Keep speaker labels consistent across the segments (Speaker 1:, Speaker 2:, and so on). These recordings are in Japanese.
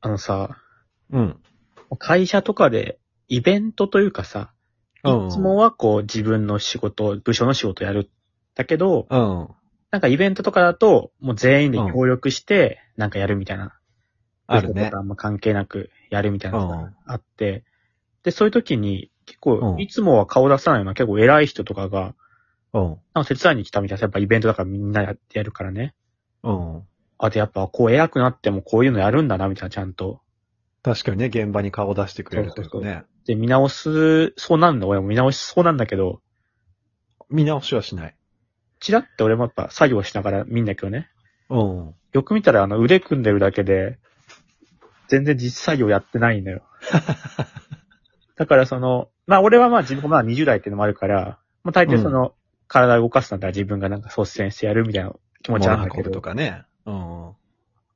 Speaker 1: あのさ、
Speaker 2: うん。
Speaker 1: 会社とかでイベントというかさ、い
Speaker 2: うん
Speaker 1: つもはこう自分の仕事、部署の仕事やる。だけど、
Speaker 2: うん。
Speaker 1: なんかイベントとかだと、もう全員で協力して、なんかやるみたいな。
Speaker 2: ある
Speaker 1: 部署
Speaker 2: ね
Speaker 1: とか。あんま関係なくやるみたいなの
Speaker 2: う
Speaker 1: が
Speaker 2: ん
Speaker 1: あって、で、そういう時に、結構
Speaker 2: う、ん
Speaker 1: いつもは顔出さないような結構偉い人とかが、
Speaker 2: うん。
Speaker 1: なんか手伝いに来たみたいな、やっぱイベントだからみんなやってやるからね。
Speaker 2: うん。
Speaker 1: あ、で、やっぱこう偉くなってもこういうのやるんだな、みたいな、ちゃんと。
Speaker 2: 確かにね、現場に顔出してくれるというか
Speaker 1: そう
Speaker 2: ね。
Speaker 1: で、見直す、そうなんだ、俺も見直しそうなんだけど、
Speaker 2: 見直しはしない。
Speaker 1: チラって俺もやっぱ作業しながら見んだけどね。
Speaker 2: うん。
Speaker 1: よく見たらあの腕組んでるだけで、全然実作業やってないん だよ。だからその、まあ俺はまあ自分がまあ20代っていうのもあるから、まあ大抵その、体動かすんだったら自分がなんか率先してやるみたいな気持ちなんだけ
Speaker 2: 運ぶと
Speaker 1: ど、
Speaker 2: かね。うん。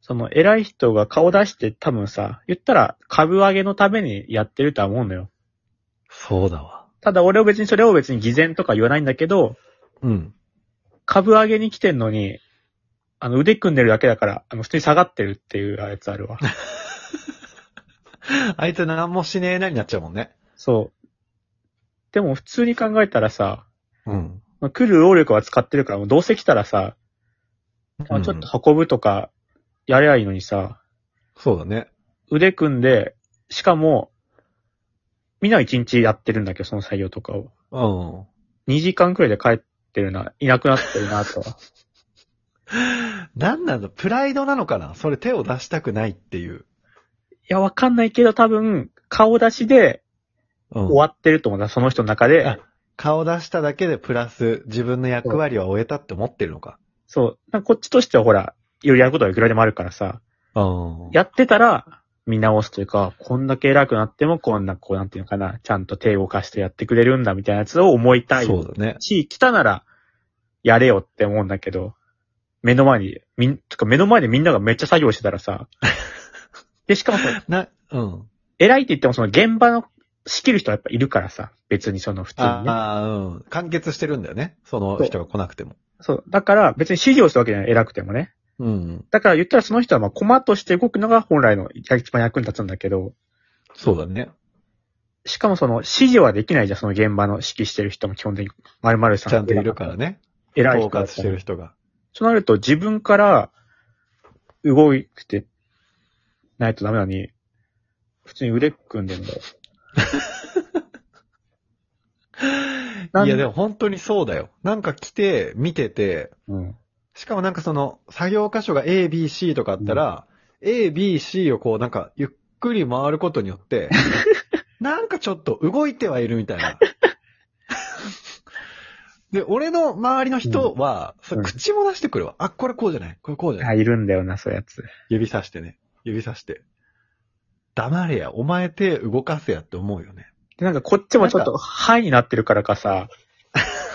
Speaker 1: その偉い人が顔出して多分さ、言ったら株上げのためにやってるとは思うんだよ。
Speaker 2: そうだわ。
Speaker 1: ただ俺は別にそれを別に偽善とか言わないんだけど、
Speaker 2: うん。
Speaker 1: 株上げに来てんのに、あの腕組んでるだけだから、あの普通に下がってるっていうやつある わ。
Speaker 2: あいつ何もしねえなになっちゃうもんね。
Speaker 1: そう。でも普通に考えたらさ、
Speaker 2: うん。
Speaker 1: まあ、来る労力は使ってるから、もうどうせ来たらさ、まあちょっ
Speaker 2: うん
Speaker 1: と運ぶとか、やりゃいいのにさ、
Speaker 2: そうだね。
Speaker 1: 腕組んで、しかも、みんなは一日やってるんだけど、その作業とかを。
Speaker 2: うん。
Speaker 1: 2時間くらいで帰ってるな、いなくなってるな、 とは。
Speaker 2: なんなんだ、プライドなのかなそれ手を出したくないっていう。
Speaker 1: いや、わかんないけど、多分、顔出しで
Speaker 2: うん
Speaker 1: 終わってると思うんだ、その人の中
Speaker 2: あ
Speaker 1: で。
Speaker 2: 顔出しただけでプラス自分の役割は終えたって思ってるのか。
Speaker 1: そう。なんかこっちとしてはほら、いろいろやることはいくらでもあるからさ、
Speaker 2: うん。
Speaker 1: やってたら、見直すというか、こんだけ偉くなっても、こんな、こう、なんていうのかな、ちゃんと手を動かしてやってくれるんだ、みたいなやつを思いたい。
Speaker 2: そうだね。
Speaker 1: し、来たなら、やれよって思うんだけど、目の前に、みん、とか目の前でみんながめっちゃ作業してたら さ、で、しかもその、
Speaker 2: な、うん。
Speaker 1: 偉いって言っても、その現場の仕切る人はやっぱいるからさ、別にその普通にね。
Speaker 2: ああ、うん。完結してるんだよね。その人が来なくても。
Speaker 1: そう。だから、別に指示をするわけじゃない、偉くてもね。
Speaker 2: うん。
Speaker 1: だから言ったらその人はまあ、駒として動くのが本来の一番役に立つんだけど、
Speaker 2: そうだね。
Speaker 1: しかもその指示はできないじゃん、その現場の指揮してる人も基本的に、まるまるさん。
Speaker 2: ちゃんといるからね。
Speaker 1: 偉い
Speaker 2: 統
Speaker 1: 人だ
Speaker 2: 括
Speaker 1: っ
Speaker 2: したて
Speaker 1: ら
Speaker 2: る。人が。
Speaker 1: そうなると自分から動いてないとダメなのに、普通に腕組んでるん だよ。なん
Speaker 2: いやでも本当にそうだよ。なんか来て、見てて、
Speaker 1: うん。
Speaker 2: しかもなんかその、作業箇所が A, B, C とかあったら、A, B, C をこうなんか、ゆっくり回ることによって、 なんかちょっと動いてはいるみたいな。で、俺の周りの人は、そう
Speaker 1: うん
Speaker 2: 口も出してくるわ。あ、これこうじゃないこれこうじゃない
Speaker 1: あ、いるんだよな、そういうやつ。
Speaker 2: 指さしてね。指さして。黙れや、お前手動かせやって思う よね。
Speaker 1: で、なんかこっちもちょっと、はいになってるからかさ、
Speaker 2: うん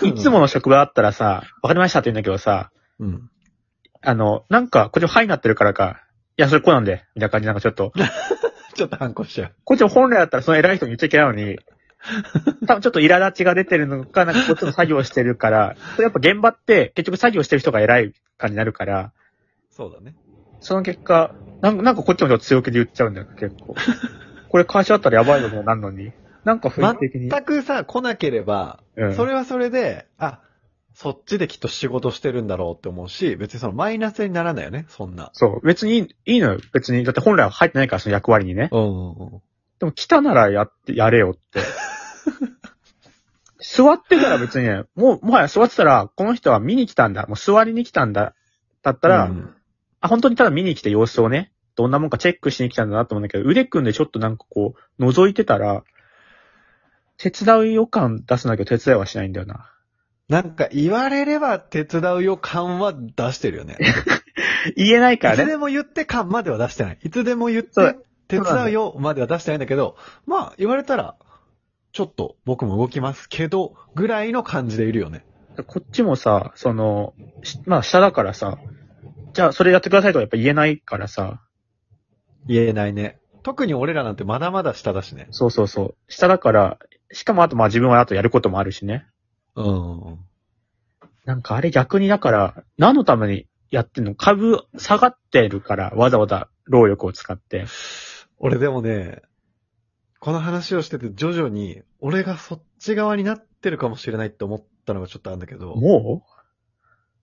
Speaker 1: いつもの職場だったらさ、わかりましたって言うんだけどさ、
Speaker 2: うん。
Speaker 1: あの、なんか、こっちもはいになってるからか、いや、それこうなんで、みたいな感じなんかちょっと、
Speaker 2: ちょっと反抗しちゃう。
Speaker 1: こっちも本来だったらその偉い人に言っちゃいけないのに、多分ちょっと苛立ちが出てるのか、なんかこっちの作業してるから、それやっぱ現場って結局作業してる人が偉い感じになるから、
Speaker 2: そうだね。
Speaker 1: その結果、なんかなんかこっちもちょっと強気で言っちゃうんだよ、結構。これ会社だったらやばいことになんのに。なんか雰囲気的に。
Speaker 2: 全くさ、来なければ、
Speaker 1: うん
Speaker 2: それはそれで、あ、そっちできっと仕事してるんだろうって思うし、別にそのマイナスにならないよね、そんな。
Speaker 1: そう。別にいいいいのよ。別に。だって本来は入ってないから、その役割にね。
Speaker 2: うんうん。
Speaker 1: でも来たならやって、やれよって。 座ってたら別にね、もう、もはや座ってたら、この人は見に来たんだ。もう座りに来たんだ。だったら、あ、本当にただ見に来て様子をね、どんなもんかチェックしに来たんだなと思うんだけど、腕組んでちょっとなんかこう、覗いてたら、手伝う予感出すんだけど、手伝いはしないんだよな。
Speaker 2: なんか言われれば手伝うよ感は出してるよね。
Speaker 1: 言えないか
Speaker 2: いつ
Speaker 1: らね。
Speaker 2: でも言って感までは出してない。いつでも言っ
Speaker 1: そ
Speaker 2: て
Speaker 1: う
Speaker 2: 手伝うよまでは出してないんだけど、まあ言われたら、ちょっと僕も動きますけど、ぐらいの感じでいるよね。
Speaker 1: こっちもさ、その、しまあ下だからさ、じゃあそれやってくださいとかやっぱ言えないからさ、
Speaker 2: 言えないね。特に俺らなんてまだまだ下だしね。
Speaker 1: そうそうそう。下だから、しかもあとまあ自分はあとやることもあるしね。
Speaker 2: うん。
Speaker 1: なんかあれ逆にだから、何のためにやってんの株下がってるから、わざわざ労力を使って。
Speaker 2: 俺でもね、この話をしてて徐々に、俺がそっち側になってるかもしれないって思ったのがちょっとあるんだけど、
Speaker 1: も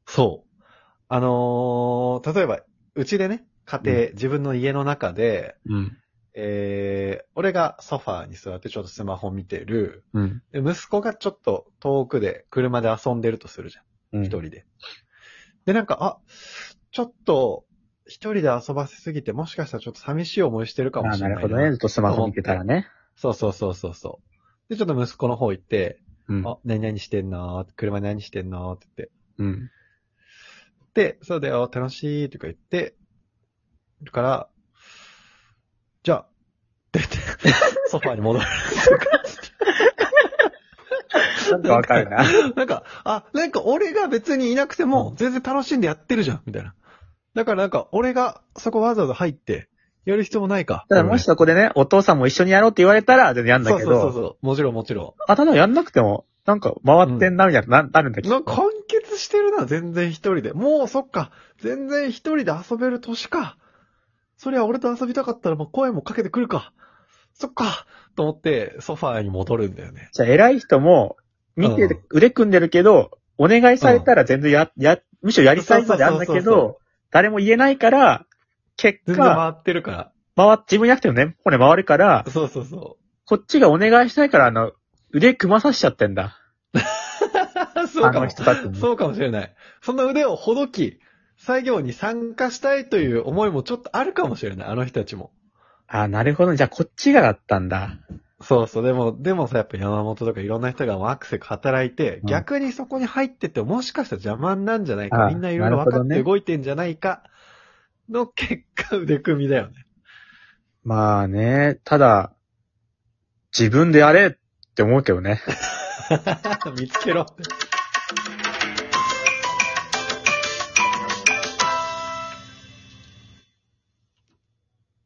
Speaker 2: そう。あのー、例えば、うちでね、家庭、自分の家の中で、
Speaker 1: ううん。
Speaker 2: えー、俺がソファーに座ってちょっとスマホ見てる。
Speaker 1: うん。
Speaker 2: で息子がちょっと遠くで車で遊んでるとするじゃん。
Speaker 1: うん
Speaker 2: 一人で。で、なんか、あ、ちょっと、一人で遊ばせすぎて、もしかしたらちょっと寂しい思いしてるかも
Speaker 1: あ
Speaker 2: し
Speaker 1: な
Speaker 2: れない
Speaker 1: るほどね。ずっとスマホ見てたらね。
Speaker 2: そうそうそうそうそう。で、ちょっと息子の方行って、
Speaker 1: うん。
Speaker 2: あ、何々してんの車で何してんのって言っ
Speaker 1: うん。
Speaker 2: て。で、そうだよ、楽しいとか言って、だから、じゃあ、っ て言って、ソファーに戻る。
Speaker 1: なんかわかる な。
Speaker 2: なんか、あ、なんか俺が別にいなくても
Speaker 1: うん
Speaker 2: 全然楽しんでやってるじゃん、みたいな。だからなんか俺がそこわざわざ入って、やる必要もないか。
Speaker 1: ただもしそこでね、お父さんも一緒にやろうって言われたら、全然やんだ
Speaker 2: そう
Speaker 1: け
Speaker 2: そうそ
Speaker 1: ど、
Speaker 2: うそう。もちろんもちろ
Speaker 1: あ、ただやんなくても、なんか回ってんな、みたいな、ななるんだけ
Speaker 2: ん。
Speaker 1: ど。
Speaker 2: なんか完結してるな、全然一人で。もうそっか、全然一人で遊べる年か。そりゃ俺と遊びたかったらもう声もかけてくるか。そっか、と思ってソファーに戻るんだよね。
Speaker 1: じゃあ偉い人も、見て
Speaker 2: うん
Speaker 1: て、腕組んでるけど、お願いされたら全然や、や、むしろやりたいまであんだ
Speaker 2: そう
Speaker 1: け
Speaker 2: そうそう
Speaker 1: ど、誰も言えないから、結
Speaker 2: 全然
Speaker 1: 果、
Speaker 2: 回ってるか
Speaker 1: 回っ、自分やってもね、骨回るから
Speaker 2: ら。、そうそうそ
Speaker 1: こっちがお願いしないから、あの、腕組まさしちゃってんだ。
Speaker 2: う。そう
Speaker 1: あ
Speaker 2: か
Speaker 1: の
Speaker 2: も
Speaker 1: 人たちに。
Speaker 2: そうかもしれない。その腕をほどき、作業に参加したいという思いもちょっとあるかもしれない、あの人たちも。
Speaker 1: あ、なるほど。じゃあこっちがだったんだ。
Speaker 2: そうそう、でも、でもさ、やっぱ山本とかいろんな人がアクセル働いて、
Speaker 1: うん
Speaker 2: 逆にそこに入ってってもしかしたら邪魔なんじゃない
Speaker 1: あ
Speaker 2: か、
Speaker 1: あ
Speaker 2: みんないろいろ分かっ
Speaker 1: なるほど
Speaker 2: て
Speaker 1: ね
Speaker 2: 動いてんじゃないか、の結果腕組みだよね。
Speaker 1: まあね、ただ、自分でやれって思うけどね。
Speaker 2: 見つけろ。